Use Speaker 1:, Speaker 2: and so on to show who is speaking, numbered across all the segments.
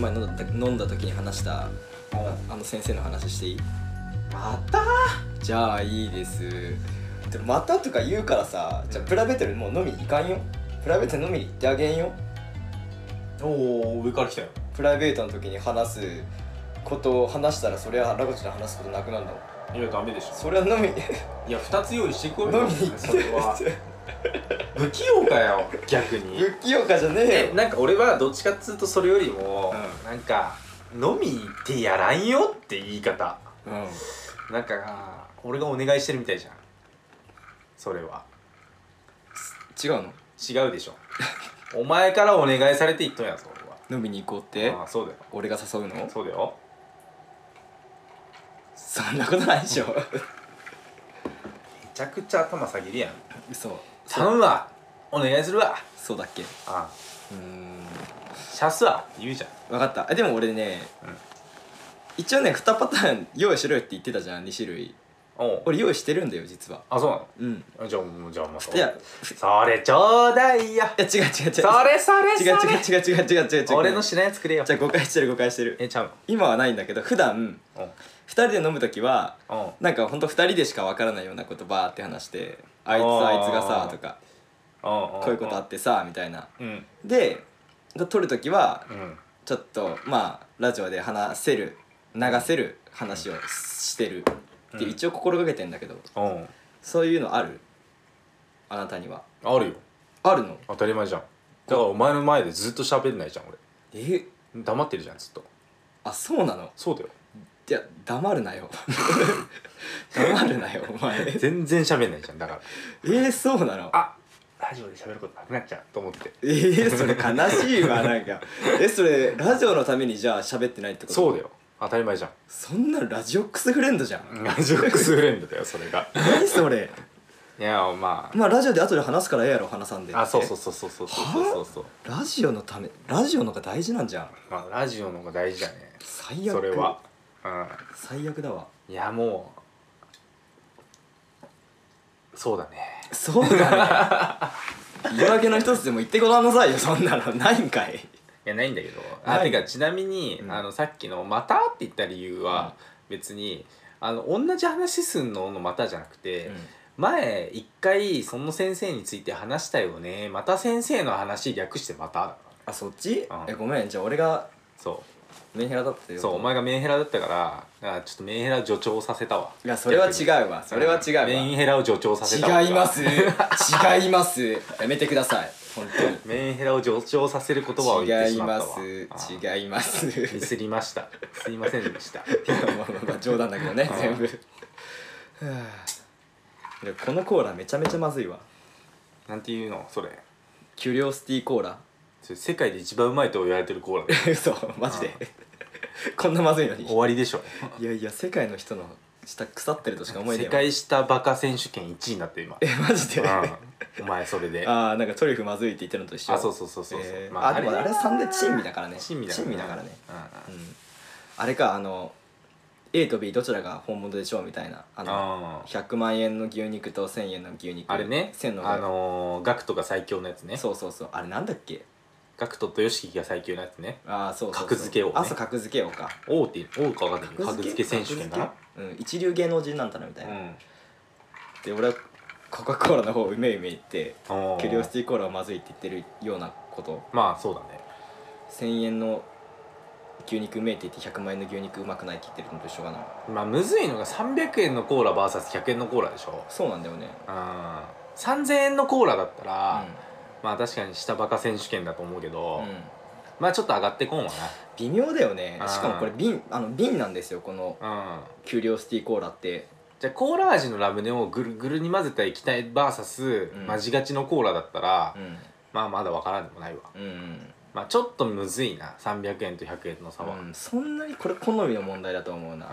Speaker 1: 前飲んだ飲んだ時に話したあの先生の話していい
Speaker 2: また
Speaker 1: じゃあいいです
Speaker 2: でもまたとか言うからさじゃあプライベートでもう飲みに行かんよプライベートで飲みに行ってあげんよ
Speaker 3: おお上から来たよ
Speaker 2: プライベートの時に話すことを話したらそれはラゴチで話すことなくなるんだもん
Speaker 3: いやダメでしょ
Speaker 2: それは飲み
Speaker 3: いや2つ用意してこい
Speaker 2: 飲みに行
Speaker 3: それは
Speaker 2: ってる
Speaker 3: 不器用かよ逆に
Speaker 2: 不器用かじゃねえ
Speaker 3: え
Speaker 2: よ
Speaker 3: なんか俺はどっちかっつうとそれよりも、
Speaker 1: う
Speaker 3: なんか飲み行ってやらんよって言い方
Speaker 1: うん
Speaker 3: なんか俺がお願いしてるみたいじゃんそれは
Speaker 1: 違うの
Speaker 3: 違うでし ょお前からお願いされて言っとんやぞ俺は
Speaker 1: 飲みに行こうって
Speaker 3: ああそうだよ
Speaker 1: 俺が誘うの
Speaker 3: そうだよ
Speaker 1: そんなことないでしょ
Speaker 3: めちゃくちゃ頭下げるやん
Speaker 1: 嘘
Speaker 3: 頼むわお願いするわ
Speaker 1: そうだっけう
Speaker 3: あ
Speaker 1: ーん
Speaker 3: あシャスわ言うじゃん
Speaker 1: 分かったあでも俺ね、
Speaker 3: うん
Speaker 1: 一応ね2パターン用意しろよって言ってたじゃん2種類
Speaker 3: おう
Speaker 1: 俺用意してるんだよ実は
Speaker 3: あそうな
Speaker 1: うん
Speaker 3: のじゃあもうじゃあまた
Speaker 1: いや
Speaker 3: それちょうだいや
Speaker 1: いや違う違う違う
Speaker 3: それそれそ
Speaker 1: 違
Speaker 3: れ
Speaker 1: う違う違う違う違う違う違う
Speaker 3: 俺の品やつくれよ
Speaker 1: じゃあ誤解してる誤解してる
Speaker 3: えちゃう
Speaker 1: 今はないんだけど普段
Speaker 3: のうん
Speaker 1: 2人で飲む時は
Speaker 3: うん
Speaker 1: なんかほんと2人でしか分からないようなことバーって話して「あいつ
Speaker 3: あー
Speaker 1: あいつがさ」とか「
Speaker 3: こ
Speaker 1: こういうことあってさ」みたいな
Speaker 3: うん
Speaker 1: で撮る時は
Speaker 3: うん
Speaker 1: ちょっとまあラジオで話せる流せる話をしてるって
Speaker 3: うん
Speaker 1: 一応心がけてんだけど
Speaker 3: うん
Speaker 1: そういうのあるあなたには
Speaker 3: あるよ
Speaker 1: あるの
Speaker 3: 当たり前じゃんだからお前の前でずっと喋んないじゃん俺
Speaker 1: え
Speaker 3: 黙ってるじゃんずっと
Speaker 1: あそうなの
Speaker 3: そうだよ
Speaker 1: いや黙るなよ 黙るなよお前え
Speaker 3: 全然喋んないじゃんだから
Speaker 1: ー、そうなの
Speaker 3: あラジオで喋ることなくなっちゃうと思って
Speaker 1: えー、それ悲しいわなんかえそれラジオのためにじゃあ喋ってないってこと
Speaker 3: そうだよ当たり前じゃん
Speaker 1: そんなラジオックスフレンドじゃん
Speaker 3: ラジオックスフレンドだよそれが
Speaker 1: 何それ
Speaker 3: いやま
Speaker 1: まあラジオで後で話すからええやろ話さんで
Speaker 3: ああそうそ
Speaker 1: う
Speaker 3: うそうそうそうそうそうそう
Speaker 1: ラジオのためラジオのが大事なんじゃん
Speaker 3: まあラジオの方が大事だね
Speaker 1: 最悪
Speaker 3: それは
Speaker 1: 最悪だわ
Speaker 3: うんいやもうそうだね
Speaker 1: そうだね 言い訳の一つでも言ってごらんなさいよそんなのないんかい
Speaker 3: いやないんだけど
Speaker 1: な
Speaker 3: あ
Speaker 1: い
Speaker 3: てかちなみに、
Speaker 1: うん
Speaker 3: あのさっきの「また」って言った理由は別に、あの同じ話すんのの「また」じゃなくて、前一回その先生について話したよねまた先生の話略して「また」だから
Speaker 1: あそっち
Speaker 3: うん
Speaker 1: えごめんじゃあ俺が
Speaker 3: そ
Speaker 1: メンヘラだった
Speaker 3: う
Speaker 1: よ
Speaker 3: そうお前がメンヘラだったからあちょっとメンヘラ助長させたわ
Speaker 1: いやそれは違うわそれは違うわ
Speaker 3: メンヘラを助長させたわ
Speaker 1: 違います違いますやめてください本当
Speaker 3: メンヘラを助長させる言葉を
Speaker 1: に
Speaker 3: 言って
Speaker 1: 違
Speaker 3: し
Speaker 1: い
Speaker 3: ま
Speaker 1: ま
Speaker 3: ったわ
Speaker 1: す
Speaker 3: う
Speaker 1: 違いますい
Speaker 3: ミスりましたすいませんでした
Speaker 1: やまあまあまあ冗談だけどね
Speaker 3: うん
Speaker 1: 全部はあいやこのコーラめちゃめちゃまずいわ
Speaker 3: なんていうのそれ
Speaker 1: キュリオシティコーラ
Speaker 3: それ世界で一番うまいと言われてるコーラだよ
Speaker 1: 嘘マジで こんなまずいのに
Speaker 3: 終わりでしょ
Speaker 1: いやいや世界の人の舌腐ってるとしか思えない
Speaker 3: 世界下バカ選手権1位にな ってる今
Speaker 1: え マジであ
Speaker 3: うんお前それであ
Speaker 1: あーなんかトリュフまずいって言ってるのと一緒
Speaker 3: そうそうそうそうそう、
Speaker 1: えー
Speaker 3: ま
Speaker 1: あでもあれサンデー珍味だからね
Speaker 3: 珍味だ
Speaker 1: 珍味だからね、
Speaker 3: うんうん
Speaker 1: うん、あれかあの A と B どちらが本物でしょうみたいなあの
Speaker 3: あー
Speaker 1: 100万円の牛肉と1000円の牛肉
Speaker 3: あれね
Speaker 1: 1000の
Speaker 3: あのー、ガクトが最強のやつね
Speaker 1: そうそうそうあれなんだっけ
Speaker 3: ガクトとヨシキが最強のやつね
Speaker 1: ああそうそうそう
Speaker 3: 格付け王ね
Speaker 1: あそう格付け王か
Speaker 3: 王って王かわかんないけど格付け選手権かな
Speaker 1: 格付けうん一流芸能人なんだなみたいうな、
Speaker 3: ん
Speaker 1: で俺はコカ・コーラの方うめいうめいって
Speaker 3: おー
Speaker 1: キュリオシティコーラはまずいって言ってるようなこと
Speaker 3: まあそうだね
Speaker 1: 1000円の牛肉うめえって言って100万円の牛肉うまくないって言ってるのと一緒かな
Speaker 3: まあむずいのが300円のコーラ VS100 円のコーラでしょ
Speaker 1: そうなんだよね
Speaker 3: うん3000円のコーラだったら、
Speaker 1: う
Speaker 3: まあ確かに下バカ選手権だと思うけ
Speaker 1: ん、
Speaker 3: ど、
Speaker 1: うん
Speaker 3: まあちょっと上がってこんわ
Speaker 1: 微妙だよね
Speaker 3: あー
Speaker 1: しかもこれ瓶あの瓶なんですよこの
Speaker 3: なうん
Speaker 1: キュリオシティコーラって
Speaker 3: じゃあコーラ味のラムネをぐるぐるに混ぜた液体 VS
Speaker 1: うん
Speaker 3: マジガチのコーラだったら、
Speaker 1: うん
Speaker 3: まあまだわからんでもないわ
Speaker 1: うん
Speaker 3: まあちょっとむずいな300円と100円の差はうん、
Speaker 1: うんそんなにこれ好みの問題だと思うな、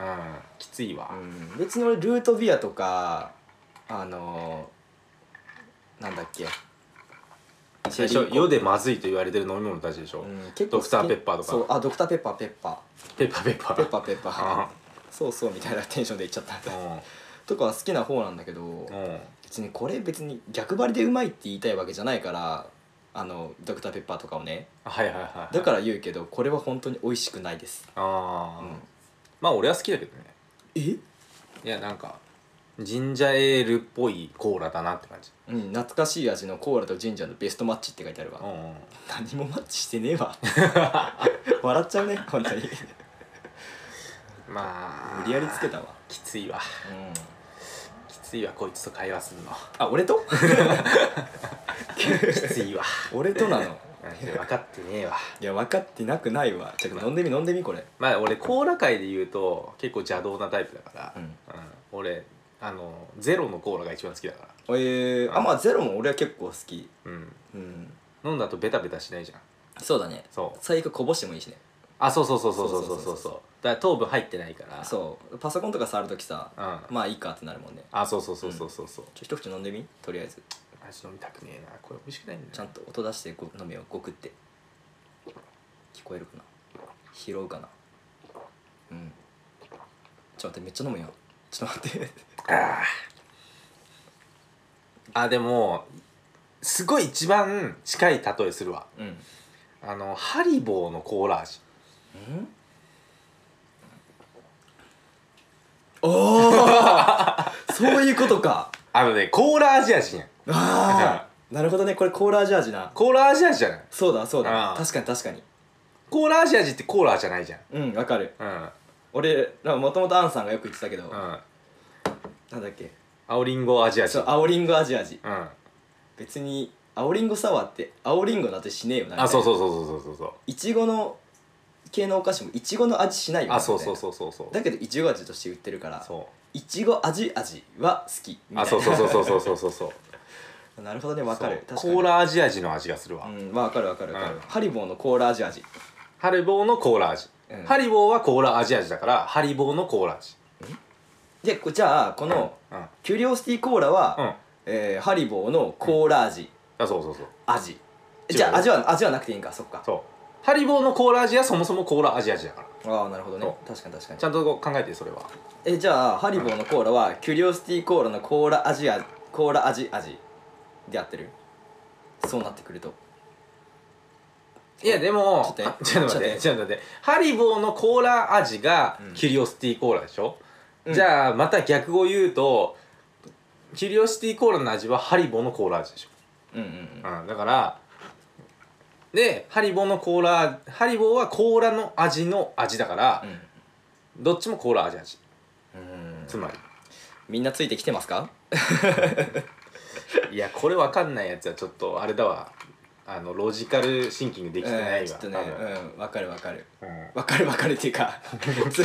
Speaker 3: きついわ
Speaker 1: う、ん、別に俺ルートビアとかあのー、なんだっけチェリ
Speaker 3: 最初
Speaker 1: ーコ
Speaker 3: 世でまずいと言われてる飲み物たちでしょ、
Speaker 1: うん、結
Speaker 3: ドクターペッパーとか
Speaker 1: そうあドクターペッパーペッ パ
Speaker 3: ペッパーペッパ
Speaker 1: ー
Speaker 3: ー
Speaker 1: ペッパーペッパー
Speaker 3: あ
Speaker 1: そうそうみたいなテンションで言っちゃった
Speaker 3: あ
Speaker 1: とかは好きな方なんだけど、
Speaker 3: うんうん
Speaker 1: 別にこれ別に逆張りでうまいって言いたいわけじゃないからあのドクターペッパーとかをね
Speaker 3: はいはいはい
Speaker 1: だから言うけどこれは本当に美味しくないです、
Speaker 3: あ
Speaker 1: う
Speaker 3: あ、
Speaker 1: ん、
Speaker 3: まあ俺は好きだけどね
Speaker 1: え
Speaker 3: いやなんかジンジャーエールっぽいコーラだなって感じ
Speaker 1: うん、懐かしい味のコーラとジンジャーのベストマッチって書いてあるわ、
Speaker 3: うんうん
Speaker 1: 何もマッチしてねえわ 笑っちゃうね本当に無
Speaker 3: まあ
Speaker 1: 理やりつけたわ、
Speaker 3: きついわ
Speaker 1: うん、
Speaker 3: きついわこいつと会話するの
Speaker 1: あ俺と
Speaker 3: きついわ
Speaker 1: 俺となの
Speaker 3: なんて分かってねえわ
Speaker 1: いや分かってなくないわちょっと飲んでみ飲んでみこれ
Speaker 3: まあ俺コーラ界で言うと結構邪道なタイプだから、
Speaker 1: うん
Speaker 3: 俺あのゼロのコーラが一番好きだか
Speaker 1: えー、あ
Speaker 3: うん
Speaker 1: まあゼロも俺は結構好き
Speaker 3: ら、うん、
Speaker 1: うん
Speaker 3: 飲んだとベタベタしないじゃん
Speaker 1: そうだね
Speaker 3: そう
Speaker 1: 最悪こぼしてもいいしね
Speaker 3: あそうそうそうそうそうそう
Speaker 1: そ
Speaker 3: そ
Speaker 1: そう
Speaker 3: うう
Speaker 1: そう
Speaker 3: だから糖分入ってないからう、
Speaker 1: そうパソコンとか触るときさ
Speaker 3: うん、
Speaker 1: まあいいかってなるもんね
Speaker 3: あそうそうそうそうそうそう
Speaker 1: ちょ一口飲んでみとりあえず
Speaker 3: 味飲みたくねえなこれ美味しくないんだよ
Speaker 1: ちゃんと音出してご飲めよごくって聞こえるかな拾うかなうんちょっと待ってめっちゃ飲むよちょっと待って
Speaker 3: あでもすごい一番近い例えするわ
Speaker 1: うん
Speaker 3: あのハリボーのコーラ味
Speaker 1: おおそういうことか
Speaker 3: あのねコーラ味味やん
Speaker 1: あ あなるほどねこれコーラ味味な
Speaker 3: コーラ味味じゃない
Speaker 1: そうだそうだ
Speaker 3: あー
Speaker 1: 確かに確かに
Speaker 3: コーラ味味ってコーラじゃないじゃん
Speaker 1: うんわかる
Speaker 3: うん
Speaker 1: 俺もともとアンさんがよく言ってたけど、
Speaker 3: うん
Speaker 1: なんだっけ
Speaker 3: 青りんご味味
Speaker 1: そう青リンゴ味味
Speaker 3: うん
Speaker 1: 別に青リンゴサワーって青リンゴなんてしねえよなみたいな
Speaker 3: あそうそうそうそうそうそう
Speaker 1: いちごの系のお菓子もいちごの味しないよ
Speaker 3: あそうそう
Speaker 1: う
Speaker 3: そうそうそう
Speaker 1: だけどいちご味として売ってるから
Speaker 3: そう
Speaker 1: いちご味味は好きみたいな
Speaker 3: あそうそうそうそうそうそうそうそう
Speaker 1: なるほど ねわかる
Speaker 3: そう
Speaker 1: 確かに
Speaker 3: コーラ味味の味がするわ、
Speaker 1: うんまあわかるわかるわかる、
Speaker 3: うん
Speaker 1: ハリボーのコーラ味味
Speaker 3: ハリボーのコーラ味、
Speaker 1: うん
Speaker 3: ハリボーはコーラ味味だからハリボーのコーラ味
Speaker 1: でこじゃあこの
Speaker 3: うんうん
Speaker 1: キュリオシティコーラは、えーハリボーのコーラ味、
Speaker 3: あそうそうそう
Speaker 1: 味
Speaker 3: 違う
Speaker 1: じゃあ味は味はなくていいんかそっか
Speaker 3: そうハリボーのコーラ味はそもそもコーラ味味だから
Speaker 1: ああなるほどね
Speaker 3: そ
Speaker 1: 確かに確かに
Speaker 3: ちゃんとこう考えてそれは
Speaker 1: えじゃあハリボーのコーラは、キュリオシティコーラのコーラ味味コーラ味味でやってるそうなってくると
Speaker 3: いやでも
Speaker 1: ちょっとね
Speaker 3: あちょっと待って
Speaker 1: ち
Speaker 3: ちょっと待ってハリボーのコーラ味が
Speaker 1: うん
Speaker 3: キュリオシティコーラでしょ、
Speaker 1: うん
Speaker 3: じゃあまた逆を言うとキュリオシティコーラの味はハリボーのコーラ味でしょ、
Speaker 1: うんうんうん
Speaker 3: うん、だからでハリボーのコーラハリボーはコーラの味の味だから、どっちもコーラ味味
Speaker 1: うん
Speaker 3: つまり
Speaker 1: みんなついてきてますか
Speaker 3: いやこれわかんないやつはちょっとあれだわあのロジカルシンキングできてないわ、
Speaker 1: うんちょっとね
Speaker 3: 多分
Speaker 1: うんわかるわかる
Speaker 3: うん
Speaker 1: わかるわかるっていう かつ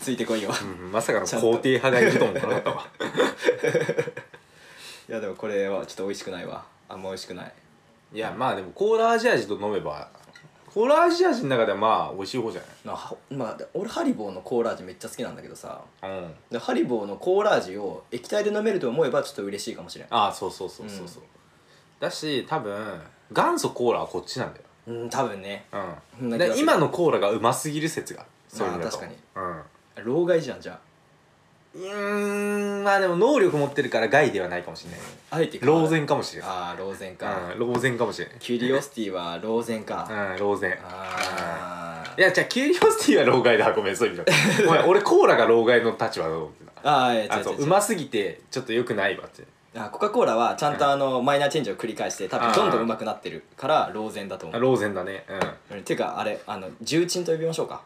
Speaker 1: ついてこいよ
Speaker 3: うんまさかの肯定派がいるとも思わなかっ たわ
Speaker 1: いやでもこれはちょっと美味しくないわあんま美味しくない
Speaker 3: いやまあでもコーラ味味と飲めばコーラ味味の中ではまあ美味しい方じゃ
Speaker 1: まあはまあ俺ハリボーのコーラ味めっちゃ好きなんだけどさ
Speaker 3: ないうん
Speaker 1: でハリボーのコーラ味を液体で飲めると思えばちょっと嬉しいかもしれん
Speaker 3: ああそうそうそうそうそう、だし多分元祖コーラはこっちなんだよ
Speaker 1: うん多分ね
Speaker 3: う
Speaker 1: そん
Speaker 3: ん
Speaker 1: な
Speaker 3: だ
Speaker 1: 気がする
Speaker 3: から今のコーラがうますぎる説があるそういうのだと
Speaker 1: まあ確
Speaker 3: うん
Speaker 1: 老害じゃんじゃ
Speaker 3: うーんまあでも能力持ってるから害ではないかもしれない
Speaker 1: ああえて
Speaker 3: 老然かもしれない
Speaker 1: ああ老然か、
Speaker 3: うん老然かもしれない
Speaker 1: キュリオシティは老然か、あ
Speaker 3: うん、ローゼン。
Speaker 1: あ
Speaker 3: いや、じゃあ、キュリオシティは老害だ。ごめ ん、そういう意味だ。 ごめん、俺、コーラが老害の立場だと思ってた。
Speaker 1: ああいや
Speaker 3: あ
Speaker 1: 違う
Speaker 3: と、
Speaker 1: 違う違
Speaker 3: う
Speaker 1: う
Speaker 3: ますぎて、ちょっと良くないわって。
Speaker 1: あコカ・コーラはちゃんとあの、マイナーチェンジを繰り返して多分どんどん上手くなってるから老然だと思
Speaker 3: あ
Speaker 1: う
Speaker 3: ローゼンだね。うん。
Speaker 1: うんていうかあれあの重鎮と呼びましょう か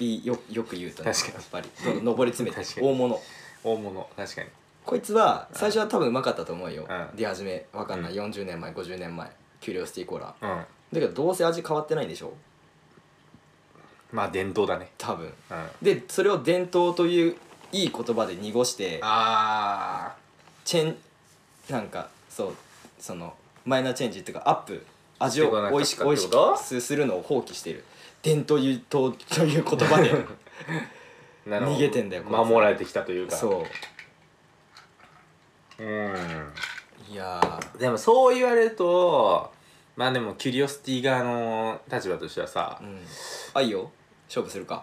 Speaker 1: いいよよく言うと、ね、
Speaker 3: 確かに
Speaker 1: やっぱりどんどん上り詰め
Speaker 3: 確
Speaker 1: て
Speaker 3: かに
Speaker 1: 大物
Speaker 3: 大物、確かに。
Speaker 1: こいつは最初は多分うまかったと思うよ、
Speaker 3: うん
Speaker 1: 出始めわかんない、40年前50年前キュリオシティコーラだ
Speaker 3: うん。
Speaker 1: けどどうせ味変わってないんでしょ
Speaker 3: まあ、伝統だね。
Speaker 1: 多分
Speaker 3: うん。
Speaker 1: でそれを伝統といういい言葉で濁して
Speaker 3: あ
Speaker 1: チェンなんかそうそのマイナーチェンジっていうかアップ味
Speaker 3: してこな
Speaker 1: を美
Speaker 3: かった
Speaker 1: 味し
Speaker 3: っ
Speaker 1: く
Speaker 3: て
Speaker 1: 美
Speaker 3: こ
Speaker 1: 味し
Speaker 3: と
Speaker 1: くすするのを放棄している伝統いうとという言葉 で
Speaker 3: ー、なるほど
Speaker 1: 逃げてんだよこいつ
Speaker 3: 守られてきたというか。。
Speaker 1: そう
Speaker 3: うん。
Speaker 1: ういやー
Speaker 3: でも、そう言われると、まあでも、キュリオシティ側の立場としてはさ
Speaker 1: う、んあいいよ勝負するか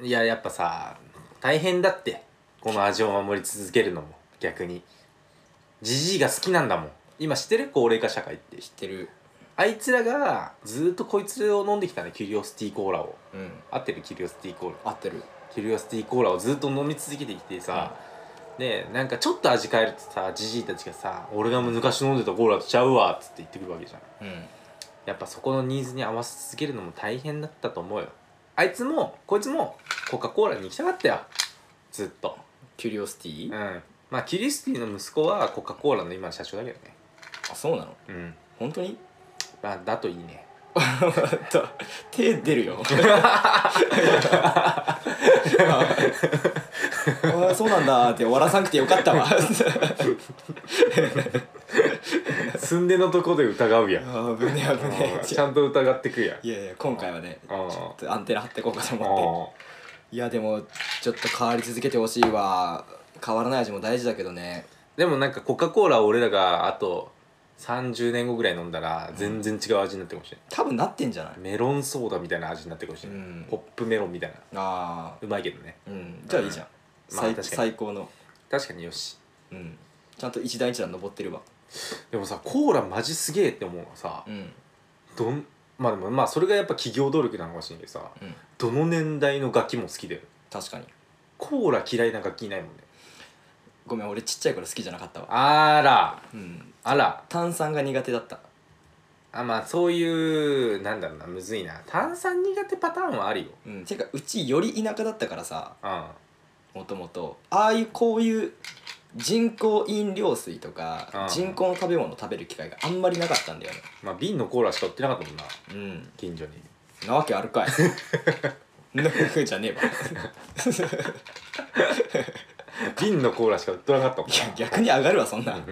Speaker 3: いや、やっぱさ、大変だって。この味を守り続けるのも、逆に。ジジイが好きなんだもん。今知ってる高齢化社会って
Speaker 4: 知ってる
Speaker 3: あいつらがずーっとこいつを飲んできたねキュリオシティコーラを
Speaker 4: うん
Speaker 3: 合ってるキュリオシティコーラ
Speaker 4: 合ってる
Speaker 3: キュリオシティコーラをずっと飲み続けてきてさ、でなんかちょっと味変えるとさじじいたちがさ「俺が昔飲んでたコーラとちゃうわ」っつって言ってくるわけじゃん
Speaker 4: うん
Speaker 3: やっぱそこのニーズに合わせ続けるのも大変だったと思うよあいつもこいつもコカ・コーラに行きたかったよずっと
Speaker 4: キュリオシテ
Speaker 3: う
Speaker 4: ィ、
Speaker 3: んまあキュリオシティの息子はコカ・コーラの今の社長だけどね
Speaker 4: あそうなの
Speaker 3: うん
Speaker 4: 本当に
Speaker 3: まあだといい ね
Speaker 4: だ手出るよ
Speaker 1: ああそうなんだって終わらさなくてよかったわ
Speaker 3: すんでのとこで疑うやん
Speaker 1: あ ぶねあぶね
Speaker 3: ちゃんと疑ってくやん
Speaker 1: いやいや今回はね
Speaker 3: あー
Speaker 1: ちょっとアンテナ張ってこうかと
Speaker 3: あ
Speaker 1: 思って
Speaker 3: ー
Speaker 1: いやでもちょっと変わり続けてほしいわ変わらない味も大事だけどね
Speaker 3: でもなんかコカ・コーラを俺らがあと30年後ぐらい飲んだら全然違う味になってるかもしれない、
Speaker 1: 多分なってんじゃない
Speaker 3: メロンソーダみたいな味になってるかもしれない、
Speaker 4: うん
Speaker 3: ポップメロンみたいな
Speaker 1: あ
Speaker 3: うまいけどね
Speaker 1: あうんじゃあいいじゃん、
Speaker 3: まあ
Speaker 1: 最
Speaker 3: 確かに
Speaker 1: 最高の
Speaker 3: 確かによし
Speaker 1: うんちゃんと一段一段登ってるわ
Speaker 3: でもさコーラマジすげえって思うのはさ、
Speaker 4: うん
Speaker 3: どんまあでもまあそれがやっぱ企業努力なのかもしれないけどさ
Speaker 4: うん
Speaker 3: どの年代のガキも好きだよ
Speaker 4: 確かに
Speaker 3: コーラ嫌いなガキいないもんね
Speaker 1: ごめん俺ちっちゃい頃好きじゃなかったわ
Speaker 3: あら
Speaker 1: うん
Speaker 3: あら
Speaker 1: 炭酸が苦手だった
Speaker 3: あまあそういうなんだろうなむずいな炭酸苦手パターンはあるよ
Speaker 4: うん
Speaker 1: てかうちより田舎だったからさ
Speaker 3: うん
Speaker 1: もともとああいうこういう人工飲料水と
Speaker 3: あ
Speaker 1: か
Speaker 3: ー
Speaker 1: 人工の食べ物を食べる機会があんまりなかったんだよね
Speaker 3: まあ瓶のコーラしか売ってなかったもんな
Speaker 1: うん
Speaker 3: 近所に
Speaker 1: なわけあるかい なわけじゃねえわ
Speaker 3: 瓶のコーラしか売ってなかったもん
Speaker 1: いや逆に上がるわそんなん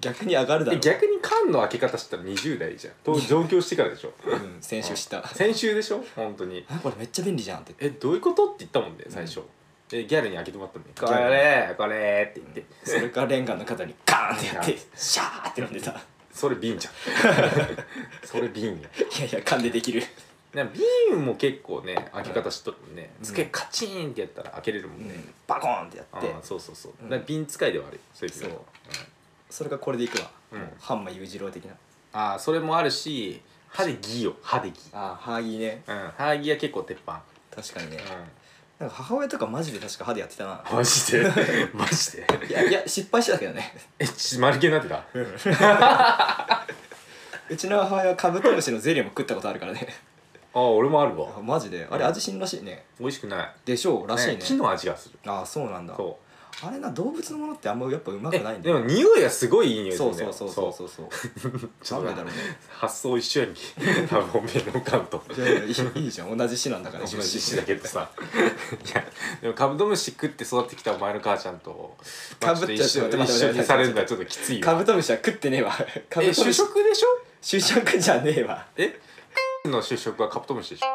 Speaker 1: 逆に上がるだろ
Speaker 3: なえ、逆に缶の開け方知ったら20代じゃんと上京してからでしょ
Speaker 1: うん、先週した
Speaker 3: 先週でしょ本当に
Speaker 1: あこれめっちゃ便利じゃんって
Speaker 3: えどういうことって言ったもんね最初、でギャルに開けてもらったのねこ
Speaker 1: ャル
Speaker 3: れこれって言って
Speaker 1: それからレンガの肩にガーンってやっ
Speaker 3: う
Speaker 1: て
Speaker 3: ん
Speaker 1: シャーって飲んでたい
Speaker 3: それ瓶じ ゃんそれ瓶よ
Speaker 1: やいや噛んでできる
Speaker 3: なんか瓶も結構ね開け方知っとるもんね
Speaker 1: ん
Speaker 3: 机カチーンってやったら開けれるもんね、
Speaker 1: バコーンってや
Speaker 3: あ
Speaker 1: って
Speaker 3: あそうそうそう、
Speaker 1: うん
Speaker 3: だから瓶使いではあるよそういう意味では
Speaker 1: そうそれがこれでいくわ、
Speaker 3: うん
Speaker 1: ハンマー裕次郎的な
Speaker 3: ああそれもあるし歯でギよ歯でギ
Speaker 1: あー歯いいね
Speaker 3: うん歯ギは結構鉄板
Speaker 1: 確かにね
Speaker 3: う
Speaker 1: なんか母親とかマジで確か歯でやってたなん
Speaker 3: マジで マジで
Speaker 1: いやいや失敗してたけどね
Speaker 3: えち丸毛になってた
Speaker 1: うちの母親はカブトムシのゼリーも食ったことあるからね
Speaker 3: あ俺もあるわ
Speaker 1: あマジであれ味しんらしいね
Speaker 3: 美味しくない
Speaker 1: でしょうらしいね
Speaker 3: ね木の味がする
Speaker 1: ああそうなんだ
Speaker 3: そ
Speaker 1: あれな動物のものってあんまやっぱうま
Speaker 3: うえ
Speaker 1: くないんだ
Speaker 3: で
Speaker 1: よ
Speaker 3: も匂いはすごいいい匂いす
Speaker 1: そ
Speaker 3: る
Speaker 1: うん
Speaker 3: だ
Speaker 1: そ
Speaker 3: よ
Speaker 1: うそうそうそうそう
Speaker 3: ちょっと
Speaker 1: なんでだろうね
Speaker 3: 発想一緒やんけ多分おめえの 缶と
Speaker 1: いやいやいいいいじゃ ん同じ市なんだから
Speaker 3: 同じ石
Speaker 1: 出
Speaker 3: だ
Speaker 1: 身
Speaker 3: け どさいやでもカブトムシ食って育ってきたお前の母ちゃんとまあ
Speaker 1: かぶっち
Speaker 3: ち
Speaker 1: ゃ
Speaker 3: ょ
Speaker 1: う
Speaker 3: っと一緒
Speaker 1: 待って待
Speaker 3: 一
Speaker 1: って
Speaker 3: 緒にされるのはちょっときつい
Speaker 1: カ
Speaker 3: よ
Speaker 1: ブトムシは食ってねえわカ
Speaker 3: え
Speaker 1: ブトム
Speaker 3: 主
Speaker 1: シ
Speaker 3: 食でしょ
Speaker 1: 主食じゃねえわ
Speaker 3: えの主食はカブトムシでしょ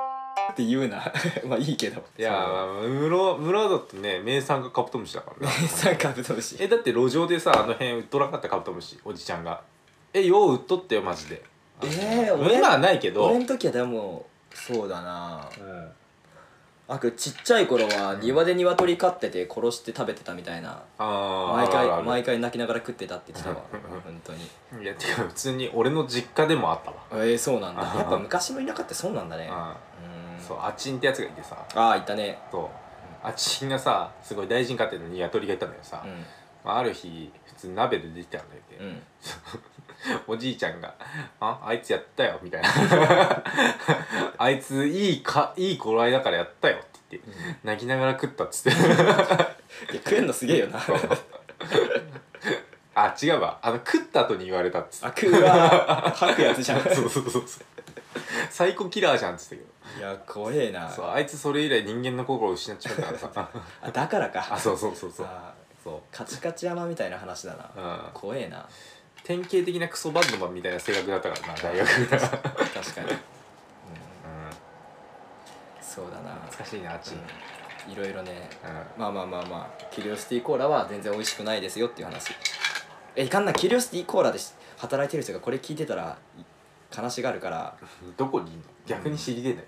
Speaker 1: って言うな まあいいけど
Speaker 3: いやー室室だとね名産がカブトムシだからな
Speaker 1: さあカブトムシ
Speaker 3: えだって路上でさあの辺売っとらんかったカブトムシおじちゃんがえよう売っとったよマジで
Speaker 1: えー
Speaker 3: あの
Speaker 1: 俺
Speaker 3: 今はないけど
Speaker 1: 俺の時はでもそうだな
Speaker 3: うん
Speaker 1: あくちっちゃい頃は庭で鶏飼ってて殺して食べてたみたいな
Speaker 3: あー
Speaker 1: 毎
Speaker 3: あるあ
Speaker 1: 回
Speaker 3: る
Speaker 1: 毎回泣きながら食ってたって言って たわ本当に
Speaker 3: いやてか普通に俺の実家でもあったわ
Speaker 1: えー、そう なんだ
Speaker 3: あー
Speaker 1: やっぱ昔の田舎ってそうなんだね
Speaker 3: あ
Speaker 1: うん
Speaker 3: あそうあちんってやつがいてさ
Speaker 1: ああいたね
Speaker 3: そうあちんがさすごい大臣家庭の鶏がいたんだよさ、
Speaker 1: う
Speaker 3: まあ、ある日普通に鍋で出てきたんだよね、
Speaker 1: んうん
Speaker 3: おじいちゃんが「ああいつやったよ」みたいな「 あいついいかいい頃合いだからやったよ」って言って泣きながら食ったっつって
Speaker 1: いや食えんのすげえよな
Speaker 3: あ違うわあの食った後に言われたっつって
Speaker 1: あ食う わ吐くやつじゃん
Speaker 3: そうそうそうそうサイコキラーじゃんっつってたけ
Speaker 1: い
Speaker 3: ど
Speaker 1: や怖えな
Speaker 3: そうあいつそれ以来人間の心を失っちまったからさ
Speaker 1: あだからか
Speaker 3: あそうそうそうそう
Speaker 1: あ
Speaker 3: そう
Speaker 1: カチカチ山みたいな話だな、
Speaker 3: うん
Speaker 1: 怖えな
Speaker 3: 典型的なクソバンドマンみたいな性格だったからな大学うん
Speaker 1: 確かにそうだ な
Speaker 3: 懐かしいなあっち、うん
Speaker 1: うんいろいろねまあまあまあまあキュリオシティコーラは全然美味しくないですよっていう話えいかんなキュリオシティコーラでし働いてる人がこれ聞いてたらい悲しがるから
Speaker 3: どこにいんの逆に知りてえない、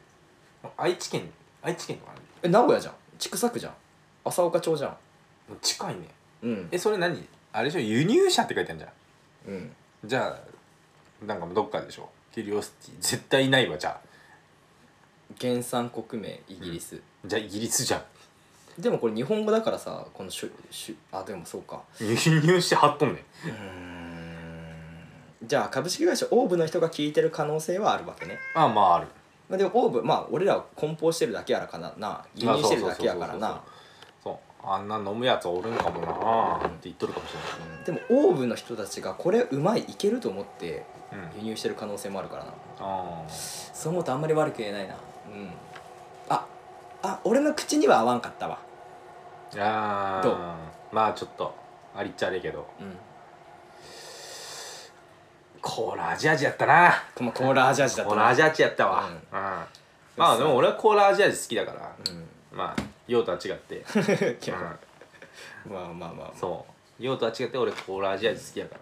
Speaker 3: 愛知県愛知県とかね
Speaker 1: え名古屋じゃん千種区じゃん朝岡町じゃん
Speaker 3: 近いね
Speaker 1: うん
Speaker 3: えそれ何あれでしょ輸入車って書いてあるじゃん
Speaker 1: うん
Speaker 3: じゃあなんかもうどっかでしょキュリオシティ絶対ないわじゃあ
Speaker 1: 原産国名イギリス、
Speaker 3: じゃあイギリスじゃん
Speaker 1: でもこれ日本語だからさこのしゅしゅあでもそうか
Speaker 3: 輸入して貼っとんねん
Speaker 1: うーんじゃあ株式会社オーブの人が聞いてる可能性はあるわけね、
Speaker 3: あまあある
Speaker 1: まあ、でもオーブまあ俺らは梱包してるだけやらかなな輸入してるだけやからな
Speaker 3: そうあんな飲むやつおるんかもなーって言っとるかもし
Speaker 1: うんでもオーブの人たちがこれうまいいけると思って
Speaker 3: れない、うん
Speaker 1: 輸入してる可能性もあるからな
Speaker 3: あ
Speaker 1: そう思うとあんまり悪く言えないなうんああ俺の口には合わんかったわ
Speaker 3: ーあー
Speaker 1: どう
Speaker 3: まあちょっとありっちゃあれやけど
Speaker 1: うん
Speaker 3: コーラ味味やったな
Speaker 1: このコーラ味味だった
Speaker 3: コーラ味味やったわ、
Speaker 1: うん
Speaker 3: うんまあでも俺はコーラ味味好きだから、
Speaker 1: うん
Speaker 3: まあ用とは違 っ て、
Speaker 1: いや
Speaker 3: うん
Speaker 1: まあまあまあ
Speaker 3: そう用途は違って俺コーラ味味好きやから、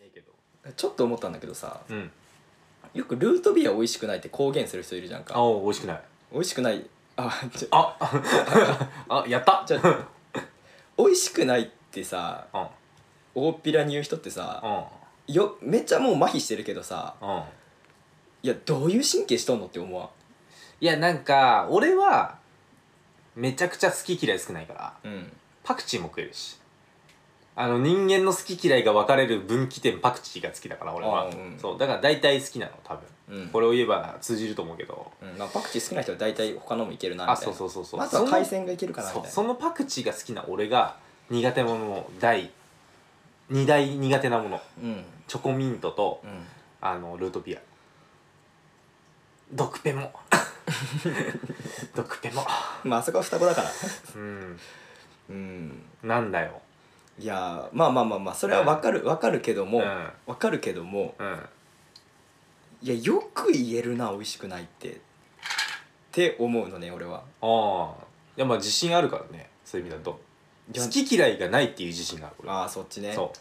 Speaker 3: ええけど
Speaker 1: ちょっと思ったんだけどさ
Speaker 3: うん
Speaker 1: よくルートビア美味しくないって公言する人いるじゃん
Speaker 3: あ
Speaker 1: か
Speaker 3: お美味しくない
Speaker 1: 美味しくないあちょ
Speaker 3: あ あやった
Speaker 1: じゃあ美味しくないってさ
Speaker 3: うん
Speaker 1: 大っぴらに言う人ってさ
Speaker 3: う
Speaker 1: よめっちゃもう麻痺してるけどさ
Speaker 3: んうん
Speaker 1: いやどういう神経しとんのって思わん
Speaker 3: いやなんか俺はめちゃくちゃ好き嫌い少ないから
Speaker 1: うん
Speaker 3: パクチーも食えるしあの人間の好き嫌いが分かれる分岐点パクチーが好きだから俺は、
Speaker 1: あーうん
Speaker 3: そうだから大体好きなの多分、
Speaker 1: うん
Speaker 3: これを言えば通じると思うけど
Speaker 1: うんまあ、パクチー好きな人は大体他のもいけるなみたい
Speaker 3: あ
Speaker 1: な
Speaker 3: そうそうそうそう
Speaker 1: まずは海鮮がいけるかなみたい
Speaker 3: そ
Speaker 1: うな
Speaker 3: そのパクチーが好きな俺が苦手ものを第2大苦手なもの
Speaker 1: うんうん
Speaker 3: チョコミントとあのルートビアドク ペもドクペも
Speaker 1: まああそこは双子だから
Speaker 3: うん
Speaker 1: うん
Speaker 3: なんだよ
Speaker 1: いやーまあまあまあまあそれはわかるわかるけども
Speaker 3: うん
Speaker 1: わ、かるけども
Speaker 3: うん
Speaker 1: いやよく言えるな美味しくないってって思うのね俺は
Speaker 3: ああいやまあ自信あるからねそういう意味だと
Speaker 1: いや
Speaker 3: 好き嫌いがないっていう自信がある俺
Speaker 1: ああそっちね
Speaker 3: そう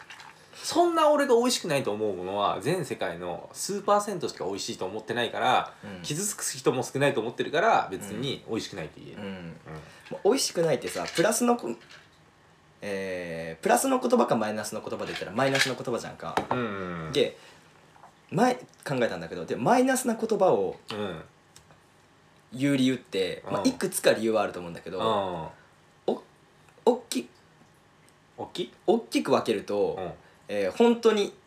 Speaker 3: そんな俺が美味しくないと思うものは全世界の数パーセントしか美味しいと思ってないから、
Speaker 1: うん
Speaker 3: 傷つく人も少ないと思ってるから別に美味しくないって言え
Speaker 1: う
Speaker 3: る、
Speaker 1: ん
Speaker 3: うん
Speaker 1: まあ美味しくないってさプラスのこえープラスの言葉かマイナスの言葉で言ったらマイナスの言葉じゃんか
Speaker 3: うんうん
Speaker 1: で前考えたんだけどでマイナスな言葉を
Speaker 3: うん
Speaker 1: 言う理由って、ま
Speaker 3: う
Speaker 1: あ、
Speaker 3: ん
Speaker 1: いくつか理由はあると思うんだけ
Speaker 3: うん
Speaker 1: ど、
Speaker 3: 大
Speaker 1: おっき
Speaker 3: きい
Speaker 1: 大きく分けると、
Speaker 3: うん
Speaker 1: えー本当に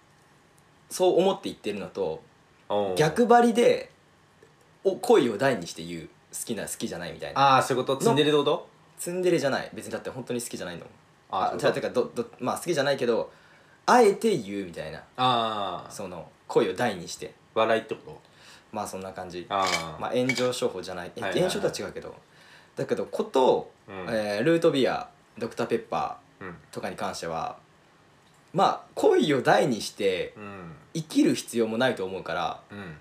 Speaker 1: そう思って言ってるのと
Speaker 3: うん
Speaker 1: 逆張りでお恋を大にして言う好きな好きじゃないみたいな
Speaker 3: ああそういうことツンデレってこと
Speaker 1: ツンデレじゃない別にだって本当に好きじゃないの
Speaker 3: あ
Speaker 1: あ
Speaker 3: ー
Speaker 1: じゃあ
Speaker 3: そうい
Speaker 1: て
Speaker 3: うこと
Speaker 1: かどどまあ好きじゃないけどあえて言うみたいな
Speaker 3: ああ
Speaker 1: その恋を大にして
Speaker 3: 笑いってこと
Speaker 1: まあそんな感じ
Speaker 3: ああ、
Speaker 1: まあ、炎上商法じゃないえ
Speaker 3: はいはいはい
Speaker 1: 炎上とは違うけどだけどこと、
Speaker 3: うん
Speaker 1: えールートビアドクターペッパ
Speaker 3: うん
Speaker 1: ーとかに関してはまあ恋を大にして
Speaker 3: うん
Speaker 1: 生きる必要もないと思うから
Speaker 3: うん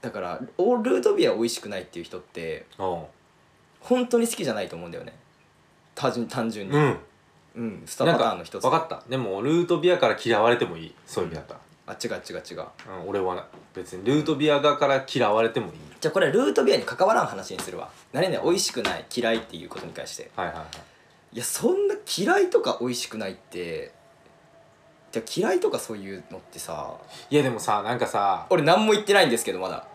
Speaker 1: だからおルートビア美味しくないっていう人って
Speaker 3: おう
Speaker 1: 本当に好きじゃないと思うんだよね単純単純に、
Speaker 3: うん
Speaker 1: うん、スタ
Speaker 3: な
Speaker 1: パ
Speaker 3: ん
Speaker 1: タ
Speaker 3: か
Speaker 1: ーンの一つ
Speaker 3: 分かったでもルートビアから嫌われてもいいそういう意味だっ
Speaker 1: あ違う違う違う
Speaker 3: たら、うん、俺は別にルートビア側から嫌われてもいい
Speaker 1: じゃあこれはルートビアに関わらん話にするわ何々美味しくない嫌いっていうことに関して
Speaker 3: はいはいはい
Speaker 1: いやそんな嫌いとか美味しくないってじゃあ嫌いとかそういうのってさ
Speaker 3: いやでもさなんかさ
Speaker 1: 俺何も言ってないんですけどまだ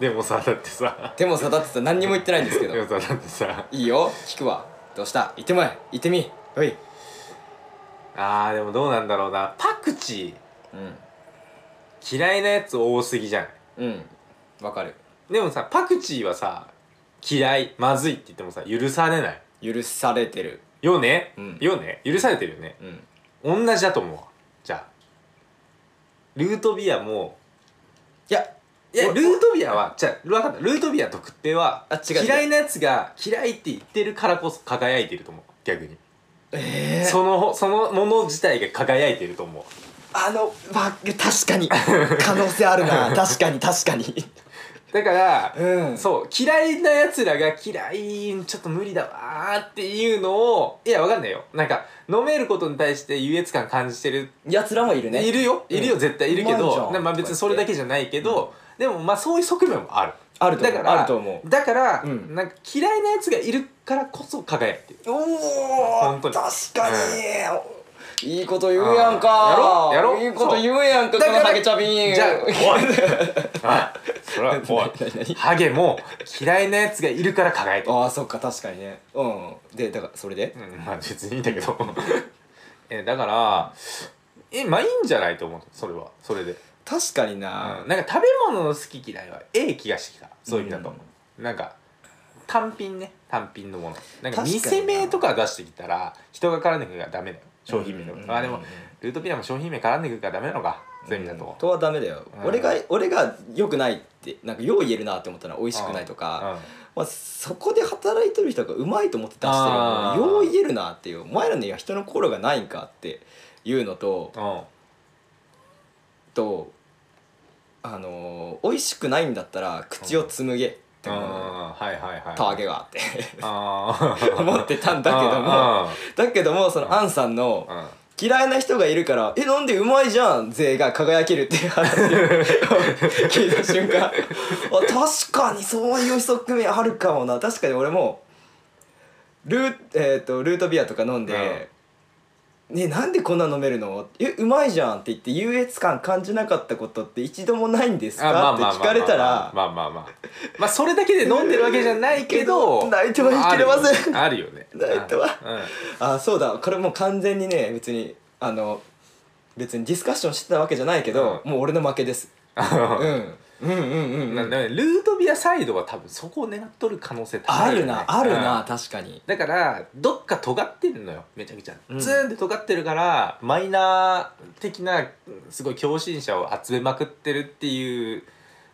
Speaker 3: でもさだってさ
Speaker 1: でもさだってさ何にも言ってないんですけど
Speaker 3: でもさだってさ
Speaker 1: いいよ聞くわどうした行ってまい行ってみおい
Speaker 3: あーでもどうなんだろうなパクチー嫌いなやつ多すぎじゃん
Speaker 1: うんうんわかる
Speaker 3: でもさパクチーはさ嫌いまずいって言ってもさ許されない
Speaker 1: 許されてる
Speaker 3: よね、
Speaker 1: うん
Speaker 3: よね許されてるよね
Speaker 1: うん
Speaker 3: 同じだと思うわじゃあルートビアも
Speaker 1: いや
Speaker 3: いや
Speaker 1: お
Speaker 3: ルートビアはじゃあ分かったルートビア特定は
Speaker 1: あ違う違う
Speaker 3: 嫌いなやつが嫌いって言ってるからこそ輝いてると思う逆に
Speaker 1: え
Speaker 3: そのそのもの自体が輝いてると思う
Speaker 1: あのわ確かに可能性ある な確かに確かに
Speaker 3: だから、
Speaker 1: うん
Speaker 3: そう嫌いなやつらが嫌いちょっと無理だわーっていうのをいやわかんないよなんか飲めることに対して優越感感じてる、
Speaker 1: やつらもいるね
Speaker 3: いるよいるよ、
Speaker 1: うん
Speaker 3: 絶対いる
Speaker 1: う
Speaker 3: け
Speaker 1: まいじゃ
Speaker 3: ど
Speaker 1: ん
Speaker 3: なまあ別にそれだけじゃないけど、でもまあそういう側面もある
Speaker 1: あると思う
Speaker 3: だから
Speaker 1: あると思
Speaker 3: だから、
Speaker 1: うん
Speaker 3: なんか嫌いなやつがいるからこそ輝くっていう
Speaker 1: うお
Speaker 3: 本当に
Speaker 1: かにいいこと言うやんか
Speaker 3: うんやろやろ
Speaker 1: いいこと言うやんかこのハゲチャビン
Speaker 3: じゃあおいはいそれは おい
Speaker 1: 何何
Speaker 3: ハゲも嫌いなやつがいるから輝く
Speaker 1: ああそっか確かにねうんでだからそれで
Speaker 3: うんまあ別にいいんだけど えだからえまあいいんじゃないと思うそれはそれで
Speaker 1: 確かに
Speaker 3: う
Speaker 1: なん
Speaker 3: なんか食べ物の好き嫌いはええ気がしてきたそういう意味だと、なんか単品ね単品のものなんか
Speaker 1: 確かにな
Speaker 3: 店名とか出してきたら人が絡んでくるからダメだよ商品名とか、
Speaker 1: うん
Speaker 3: あでもルートピアも商品名絡んでくるからダメなのかそういう意味だと、
Speaker 1: とはダメだよ
Speaker 3: うん
Speaker 1: 俺が俺が良くないってなんかよう言えるなって思ったのは美味しくないとかまあそこで働いてる人がうまいと思って出してる
Speaker 3: あー
Speaker 1: のよう言えるなっていうお前らには人の心がないんかっていうのと
Speaker 3: うん、うん
Speaker 1: とあのー美味しくないんだったら口を紡げって
Speaker 3: うん
Speaker 1: 思う
Speaker 3: はいはいはい
Speaker 1: ターゲがあって
Speaker 3: あ ー
Speaker 1: 思ってたんだけどもだけどもそのアンさんの
Speaker 3: うんうんうん
Speaker 1: 嫌いな人がいるから「えなんでうまいじゃん」税が輝けるっていう話を聞いた瞬 間あ確かにそういう側面あるかもな確かに俺もルー,、えー、とルートビアとか飲んで「ねなんでこんな飲めるのえうまいじゃん」って言って優越感感じなかったことって一度もないんです
Speaker 3: あま
Speaker 1: か
Speaker 3: あ
Speaker 1: って
Speaker 3: まあまあ
Speaker 1: 聞かれたら
Speaker 3: まあまあまあまあそれだけで飲んでるわけじゃないけど
Speaker 1: 泣いてはいけれません
Speaker 3: あるよね
Speaker 1: 泣いては
Speaker 3: うん
Speaker 1: あそうだこれもう完全にね別にあの別にディスカッションしてたわけじゃないけど、もう俺の負けですうんうんうんうん
Speaker 3: な
Speaker 1: うん
Speaker 3: んだねルートビアサイドは多分そこを狙っとる可能性高
Speaker 1: あ
Speaker 3: い
Speaker 1: る
Speaker 3: よね
Speaker 1: なある
Speaker 3: う
Speaker 1: なん確かに
Speaker 3: だからどっか尖ってるのよめちゃくちゃ、
Speaker 1: うん
Speaker 3: ズーンって尖ってるからマイナー的なすごい狂信者を集めまくってるっていう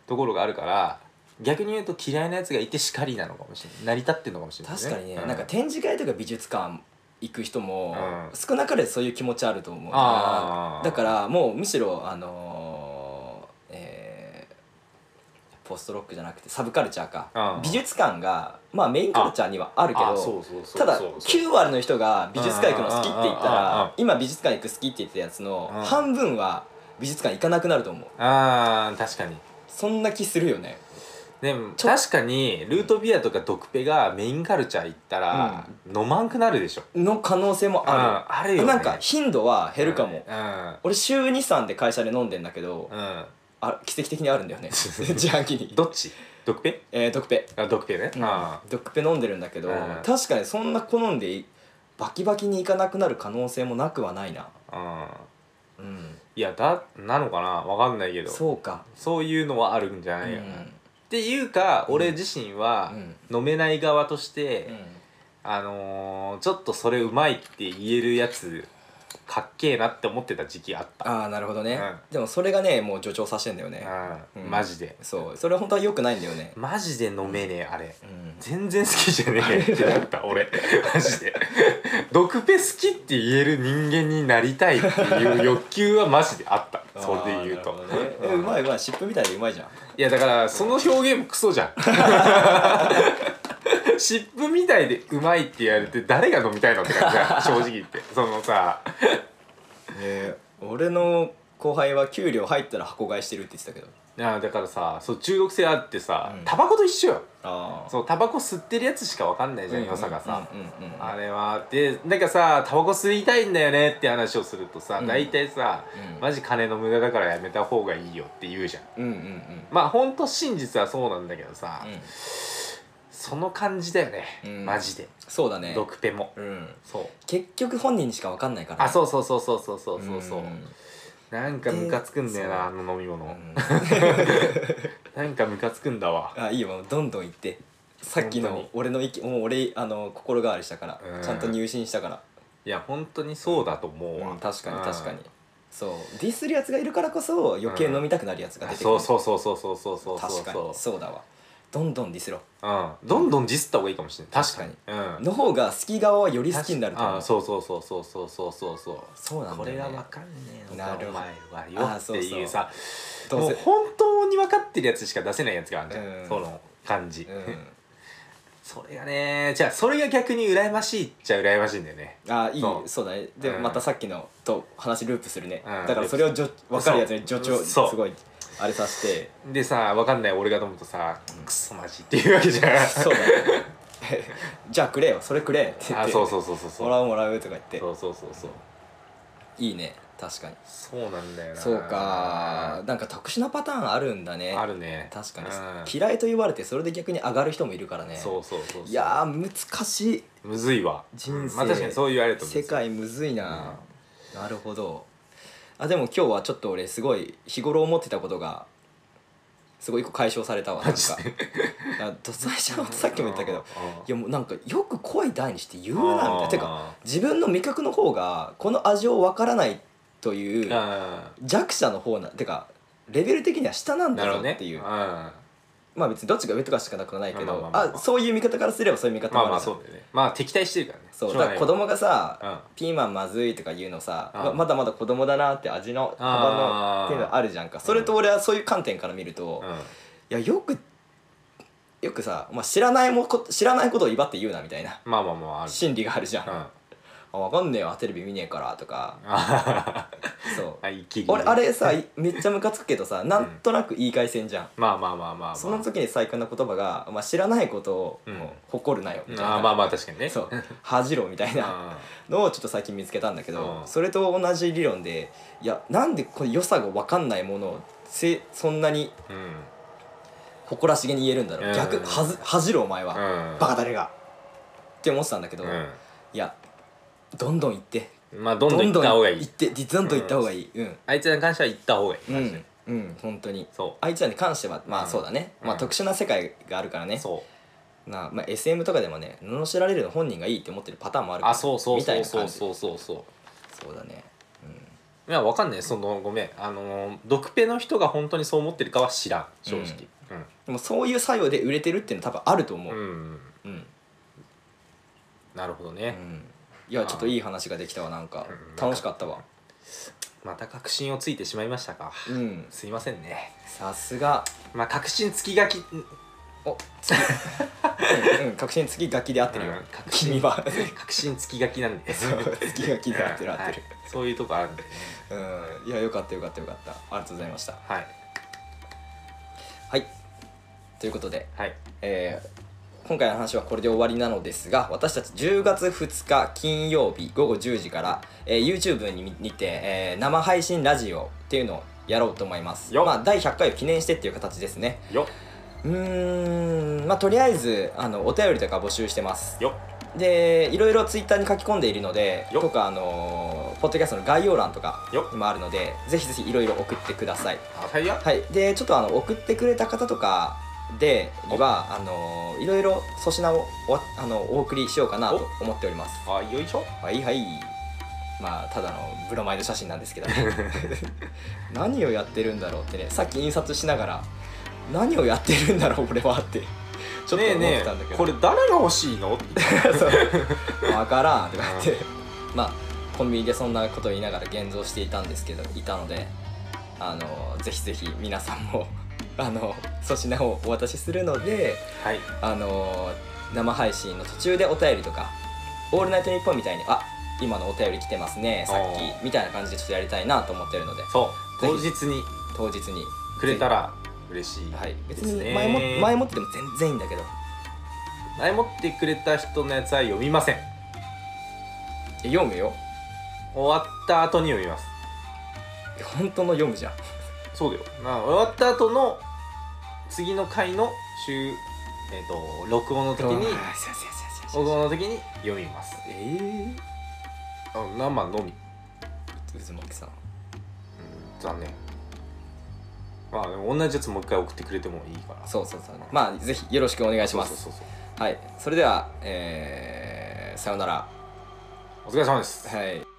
Speaker 3: ところがあるから逆に言うと嫌いなやつがいてしかりなのかもしれない成り立ってるのかもしれない、
Speaker 1: 確かにね、
Speaker 3: うん
Speaker 1: なんか展示会とか美術館行く人も、
Speaker 3: うん
Speaker 1: 少なからずそういう気持ちあると思うな
Speaker 3: あー
Speaker 1: だからもうむしろあのーえーポストロックじゃなくてサブカルチャーか
Speaker 3: うん
Speaker 1: 美術館がまあメインカルチャーにはあるけ
Speaker 3: あ
Speaker 1: ど
Speaker 3: そうそうそう
Speaker 1: ただ
Speaker 3: そうそう
Speaker 1: 9割の人が美術館行くの好きって言った
Speaker 3: うんうんうんうん
Speaker 1: ら今美術館行く好きって言ったやつの
Speaker 3: うん
Speaker 1: 半分は美術館行かなくなると思う
Speaker 3: あー確かに
Speaker 1: そんな気するよね
Speaker 3: でも確かにルートビアとかドクペがメインカルチャー行ったら、飲まんくなるでしょ
Speaker 1: の可能性もあ
Speaker 3: ある
Speaker 1: る
Speaker 3: よ、ね、
Speaker 1: なんか頻度は減るかも
Speaker 3: うん
Speaker 1: 俺週23で会社で飲んでんだけど
Speaker 3: うん、
Speaker 1: あ奇跡的にあるんだよね 自販機に
Speaker 3: どっちドクペ
Speaker 1: えー、ドクペ
Speaker 3: あドクペね、あ
Speaker 1: ドクペ飲んでるんだけど
Speaker 3: うん
Speaker 1: 確かにそんな好んでいバキバキにいかなくなる可能性もなくはないな
Speaker 3: あうん
Speaker 1: うん
Speaker 3: いやだなのかなわかんないけどそう
Speaker 1: そうか
Speaker 3: いうのはあるんじゃないよ、
Speaker 1: うん
Speaker 3: っていうか俺自身は
Speaker 1: うん
Speaker 3: 飲めない側として、
Speaker 1: うん
Speaker 3: あのーちょっとそれうまいって言えるやつかっけえなって思ってた時期あっ
Speaker 1: ああなるほどね、
Speaker 3: うん
Speaker 1: でもそれがねもう助長させてんだよね、
Speaker 3: た、うん
Speaker 1: うん
Speaker 3: マジで
Speaker 1: そうそれ本当は良くないんだよね、
Speaker 3: マジで飲めねえあれ
Speaker 1: うん、
Speaker 3: 全然好きじゃねえってなった 俺マジでドクペ好きって言える人間になりたいっていう欲求はマジであったそれで言うと、
Speaker 1: あーなるほどねえうまいうまい湿布みたいでうまいじゃん
Speaker 3: いやだからその表現もク ソじゃん湿布みたいでうまいって言われて誰が飲みたいのって感じじ ゃん正直言ってそのさ
Speaker 1: えー俺の後輩は給料入ったら箱買いしてるって言ってたけど
Speaker 3: いやだからさそう中毒性あってさ、
Speaker 1: うん
Speaker 3: タバコと一緒よ
Speaker 1: ああ
Speaker 3: そうタバコ吸ってるやつしかわかんないじゃん、良さがさ、
Speaker 1: うんうんうん
Speaker 3: あれはでなんかさタバコ吸いたいんだよねって話をするとさ、
Speaker 1: うん
Speaker 3: 大体さ、
Speaker 1: うん
Speaker 3: マジ金の無駄だからやめた方がいいよって言うじゃん
Speaker 1: うんうんうん
Speaker 3: まあほんと真実はそうなんだけどさ、
Speaker 1: うん
Speaker 3: その感じだよね、
Speaker 1: うん
Speaker 3: マジで
Speaker 1: そうだね
Speaker 3: ドクペも
Speaker 1: うん
Speaker 3: そう
Speaker 1: 結局本人にしか分かんないから
Speaker 3: あそうそうそうそうそうそうそうそう
Speaker 1: うん
Speaker 3: なんかムカつくんだよ
Speaker 1: で
Speaker 3: なあの飲み物、
Speaker 1: うん
Speaker 3: なんかムカつくんだわ
Speaker 1: あいいよどんどん言ってさっき
Speaker 3: 本当
Speaker 1: の
Speaker 3: に
Speaker 1: 俺の意見もう俺あの心変わりしたから、
Speaker 3: うん
Speaker 1: ちゃんと入信したから
Speaker 3: いや本当にそうだと思うわ、
Speaker 1: うん確かに
Speaker 3: うん
Speaker 1: 確かにそうディスるやつがいるからこそ余計飲みたくなるやつが
Speaker 3: あ
Speaker 1: 出てくる、
Speaker 3: そうそうそうそうそうそうそう
Speaker 1: 確かにそうだわどんどんディスろ
Speaker 3: うん、どんどんディスった方がいいかもしれない確かに
Speaker 1: 確
Speaker 3: うん
Speaker 1: の方が好き側はより好きになると思
Speaker 3: あ
Speaker 1: う
Speaker 3: そうそうそうそうそうそうそうそう
Speaker 1: そうなんだよね
Speaker 3: これがわかんねえの
Speaker 1: な
Speaker 3: か
Speaker 1: る
Speaker 3: お
Speaker 1: ほど
Speaker 3: 前はよ
Speaker 1: あ
Speaker 3: って
Speaker 1: そうそう
Speaker 3: いうさ
Speaker 1: どう
Speaker 3: もう
Speaker 1: せ
Speaker 3: 本当に分かってるやつしか出せないやつがあるじゃん、
Speaker 1: うん
Speaker 3: その感じ、
Speaker 1: うん
Speaker 3: それがねじゃあそれが逆に羨ましいっちゃ羨ましいんだよね
Speaker 1: あいい
Speaker 3: そ
Speaker 1: そううだねで
Speaker 3: う
Speaker 1: も
Speaker 3: ん
Speaker 1: またさっきのと話ループするね、
Speaker 3: うん
Speaker 1: だからそれをじょ分かるやつに助長
Speaker 3: そう
Speaker 1: すごいあれさして
Speaker 3: でさ分かんない俺がと思うとさ、クソマジっていうわけじゃん
Speaker 1: そうだね じゃあくれよそれくれって言っ
Speaker 3: あ
Speaker 1: て
Speaker 3: そうそうそうそうそう
Speaker 1: もらうもらうとか言って
Speaker 3: そうそうそうそう
Speaker 1: いいね確かに
Speaker 3: そうなんだよな
Speaker 1: そうかなんか特殊なパターンあるんだね
Speaker 3: あるね
Speaker 1: 確か
Speaker 3: うん
Speaker 1: に嫌いと言われてそれで逆に上がる人もいるからね
Speaker 3: そうそうそうそう
Speaker 1: いやー難しい
Speaker 3: むずいわ
Speaker 1: 人生
Speaker 3: まあ、確かにそう言われるとむず
Speaker 1: 世
Speaker 3: い
Speaker 1: 界むずいな、なるほどあでも今日はちょっと俺すごい日頃思ってたことがすごい一個解消されたわなんかあと最初はさっきも言ったけどいやもうなんかよく声大にして言うな
Speaker 3: う
Speaker 1: みたいなてか自分の味覚の方がこの味をわからないという
Speaker 3: な
Speaker 1: 弱者の方なてかレベル的には下なんだ
Speaker 3: るほ
Speaker 1: ぞ
Speaker 3: どね
Speaker 1: っていう、
Speaker 3: ま
Speaker 1: まあ別にどっちが上とかしかなくはないけど、
Speaker 3: まあまあまあまあ
Speaker 1: あそういう見方からすればそういう見
Speaker 3: あ
Speaker 1: 方もある
Speaker 3: まあ
Speaker 1: じゃん
Speaker 3: そうだよねまあ敵対してるからね
Speaker 1: そう
Speaker 3: しょ
Speaker 1: だか
Speaker 3: が
Speaker 1: ら
Speaker 3: ない
Speaker 1: 子供がさ、
Speaker 3: うん
Speaker 1: ピーマンまずいとか言うのさ、
Speaker 3: うん
Speaker 1: ままだまだ子供だなって味の幅の
Speaker 3: あー
Speaker 1: っていうのあるじゃんかそれと俺はそういう観点から見ると、いやよくよくさ、まあ、知らないもこ知らないことを威張って言うなみたいな
Speaker 3: うんまあまあまあある
Speaker 1: 心理があるじゃん、
Speaker 3: うん
Speaker 1: あ
Speaker 3: あ
Speaker 1: 分かんねえわテレビ見ねえからとか
Speaker 3: はは
Speaker 1: そう
Speaker 3: は息切れ
Speaker 1: 俺あれさいめっちゃムカつくけどさなんとなく言い返せんじゃん、
Speaker 3: まあまあまあまあまあ
Speaker 1: その時に最高な言葉が、まあ、知らないことを
Speaker 3: うん
Speaker 1: 誇るなよみたいな、
Speaker 3: あーまあまあ確かにね
Speaker 1: そう恥じろみたいな
Speaker 3: あ
Speaker 1: のをちょっと最近見つけたんだけど、
Speaker 3: うん
Speaker 1: それと同じ理論でいやなんでこの良さが分かんないものをせそんなに
Speaker 3: ーうん
Speaker 1: 誇らしげに言えるんだろう、
Speaker 3: うん
Speaker 1: 逆はず恥じるお前は、
Speaker 3: うん
Speaker 1: バカ誰がって思ってたんだけど、いやどんどん行って
Speaker 3: うんまあどんどん行った方がい
Speaker 1: 行
Speaker 3: い
Speaker 1: ってどんどん行った方がいいうん
Speaker 3: あいつらに関しては行った方がいい
Speaker 1: うん、う
Speaker 3: マジ
Speaker 1: ん
Speaker 3: で
Speaker 1: 本当に
Speaker 3: そ
Speaker 1: あいつらに関してはまあ
Speaker 3: うん
Speaker 1: そうだね、まあ
Speaker 3: うん
Speaker 1: 特殊な世界があるから
Speaker 3: う
Speaker 1: ね
Speaker 3: そう
Speaker 1: なまあ、SM とかでもね罵られるの本人がいいって思ってるパターンもあるから
Speaker 3: あそうそう
Speaker 1: みたい
Speaker 3: そ
Speaker 1: うな
Speaker 3: そ
Speaker 1: 感
Speaker 3: う
Speaker 1: じ
Speaker 3: そうそうそう
Speaker 1: そうだね
Speaker 3: いやわかんないそのごめんあのードクペの人が本当にそう思ってるかは知らん正直
Speaker 1: でもそういう作用で売れてるっていうのは多分あると思
Speaker 3: うん、
Speaker 1: う
Speaker 3: うんうん
Speaker 1: うん、
Speaker 3: なるほど
Speaker 1: う
Speaker 3: ね、
Speaker 1: んいやちょっといい話ができたわなんか
Speaker 3: うん
Speaker 1: 楽しかったわ
Speaker 3: また確信をついてしまいましたか、
Speaker 1: うん
Speaker 3: すいませんね
Speaker 1: さすが
Speaker 3: まあ確信つきがき
Speaker 1: お次うん、うん、確信次ガキで合ってるよ、
Speaker 3: うん確信
Speaker 1: 君は
Speaker 3: 確信つきがきなん で
Speaker 1: そう次ガキで合ってる合ってる、
Speaker 3: はいそういうとこあるんでね
Speaker 1: うんいやよかったよかったよかったありがとうございました
Speaker 3: はい
Speaker 1: はいということで
Speaker 3: はい
Speaker 1: えー今回の話はこれで終わりなのですが私たち10月2日金曜日午後10時から、えー YouTube ににて、えー生配信ラジオっていうのをやろうと思います
Speaker 3: よっ
Speaker 1: まあ、第100回を記念してっていう形ですね
Speaker 3: よっ
Speaker 1: うーんまあとりあえずあのお便りとか募集してます
Speaker 3: よっ
Speaker 1: でいろいろ Twitter に書き込んでいるので
Speaker 3: よっ
Speaker 1: とかあのーポッドキャストの概要欄とか
Speaker 3: よっ
Speaker 1: にもあるのでぜひぜひいろいろ送ってください
Speaker 3: あたりや
Speaker 1: はい、でちょっとあの送ってくれた方とかでにはあのいろいろ粗品をおあのお送りしようかなと思っております
Speaker 3: あよいしょ
Speaker 1: はいはいまあただのブロマイド写真なんです けど何をやってるんだろうってねさっき印刷しながら何をやってるんだろう俺はってちょっと
Speaker 3: ね
Speaker 1: 思って
Speaker 3: えね
Speaker 1: たんだけど
Speaker 3: えこれ誰が欲しいのって言って
Speaker 1: わからんとか言ってまあコンビニでそんなことを言いながら現像していたんですけどいたのであのぜひぜひ皆さんも あの粗品をお渡しするので
Speaker 3: はい
Speaker 1: あの生配信の途中でお便りとか「オールナイトニッポン」みたいに「あ今のお便り来てますねさっ
Speaker 3: お
Speaker 1: き」みたいな感じでちょっとやりたいなと思ってるので
Speaker 3: そう
Speaker 1: ぜ
Speaker 3: 当
Speaker 1: ひ
Speaker 3: 日に
Speaker 1: 当日に
Speaker 3: くれたら嬉しい
Speaker 1: はい
Speaker 3: で
Speaker 1: 別
Speaker 3: すね
Speaker 1: に前も前もってでも全然いいんだけど
Speaker 3: 前もってくれた人のやつは読みません
Speaker 1: え読むよ
Speaker 3: 終わった後に読みます
Speaker 1: 本当の読むじゃん
Speaker 3: そうだよまあ終わった後の次の回の週えっ、と録音の時
Speaker 1: あー
Speaker 3: に
Speaker 1: そうそうそうそう
Speaker 3: 録
Speaker 1: そう
Speaker 3: 音の時に読みます
Speaker 1: えー
Speaker 3: あ生のみ、うん、
Speaker 1: 渦巻さん
Speaker 3: 残念まあでも同じやつもう一回送ってくれてもいいから
Speaker 1: そうそうそうまあぜひよろしくお願いします
Speaker 3: そうそうそう
Speaker 1: はいそれではえー、さようなら
Speaker 3: そうお疲れ様です
Speaker 1: はい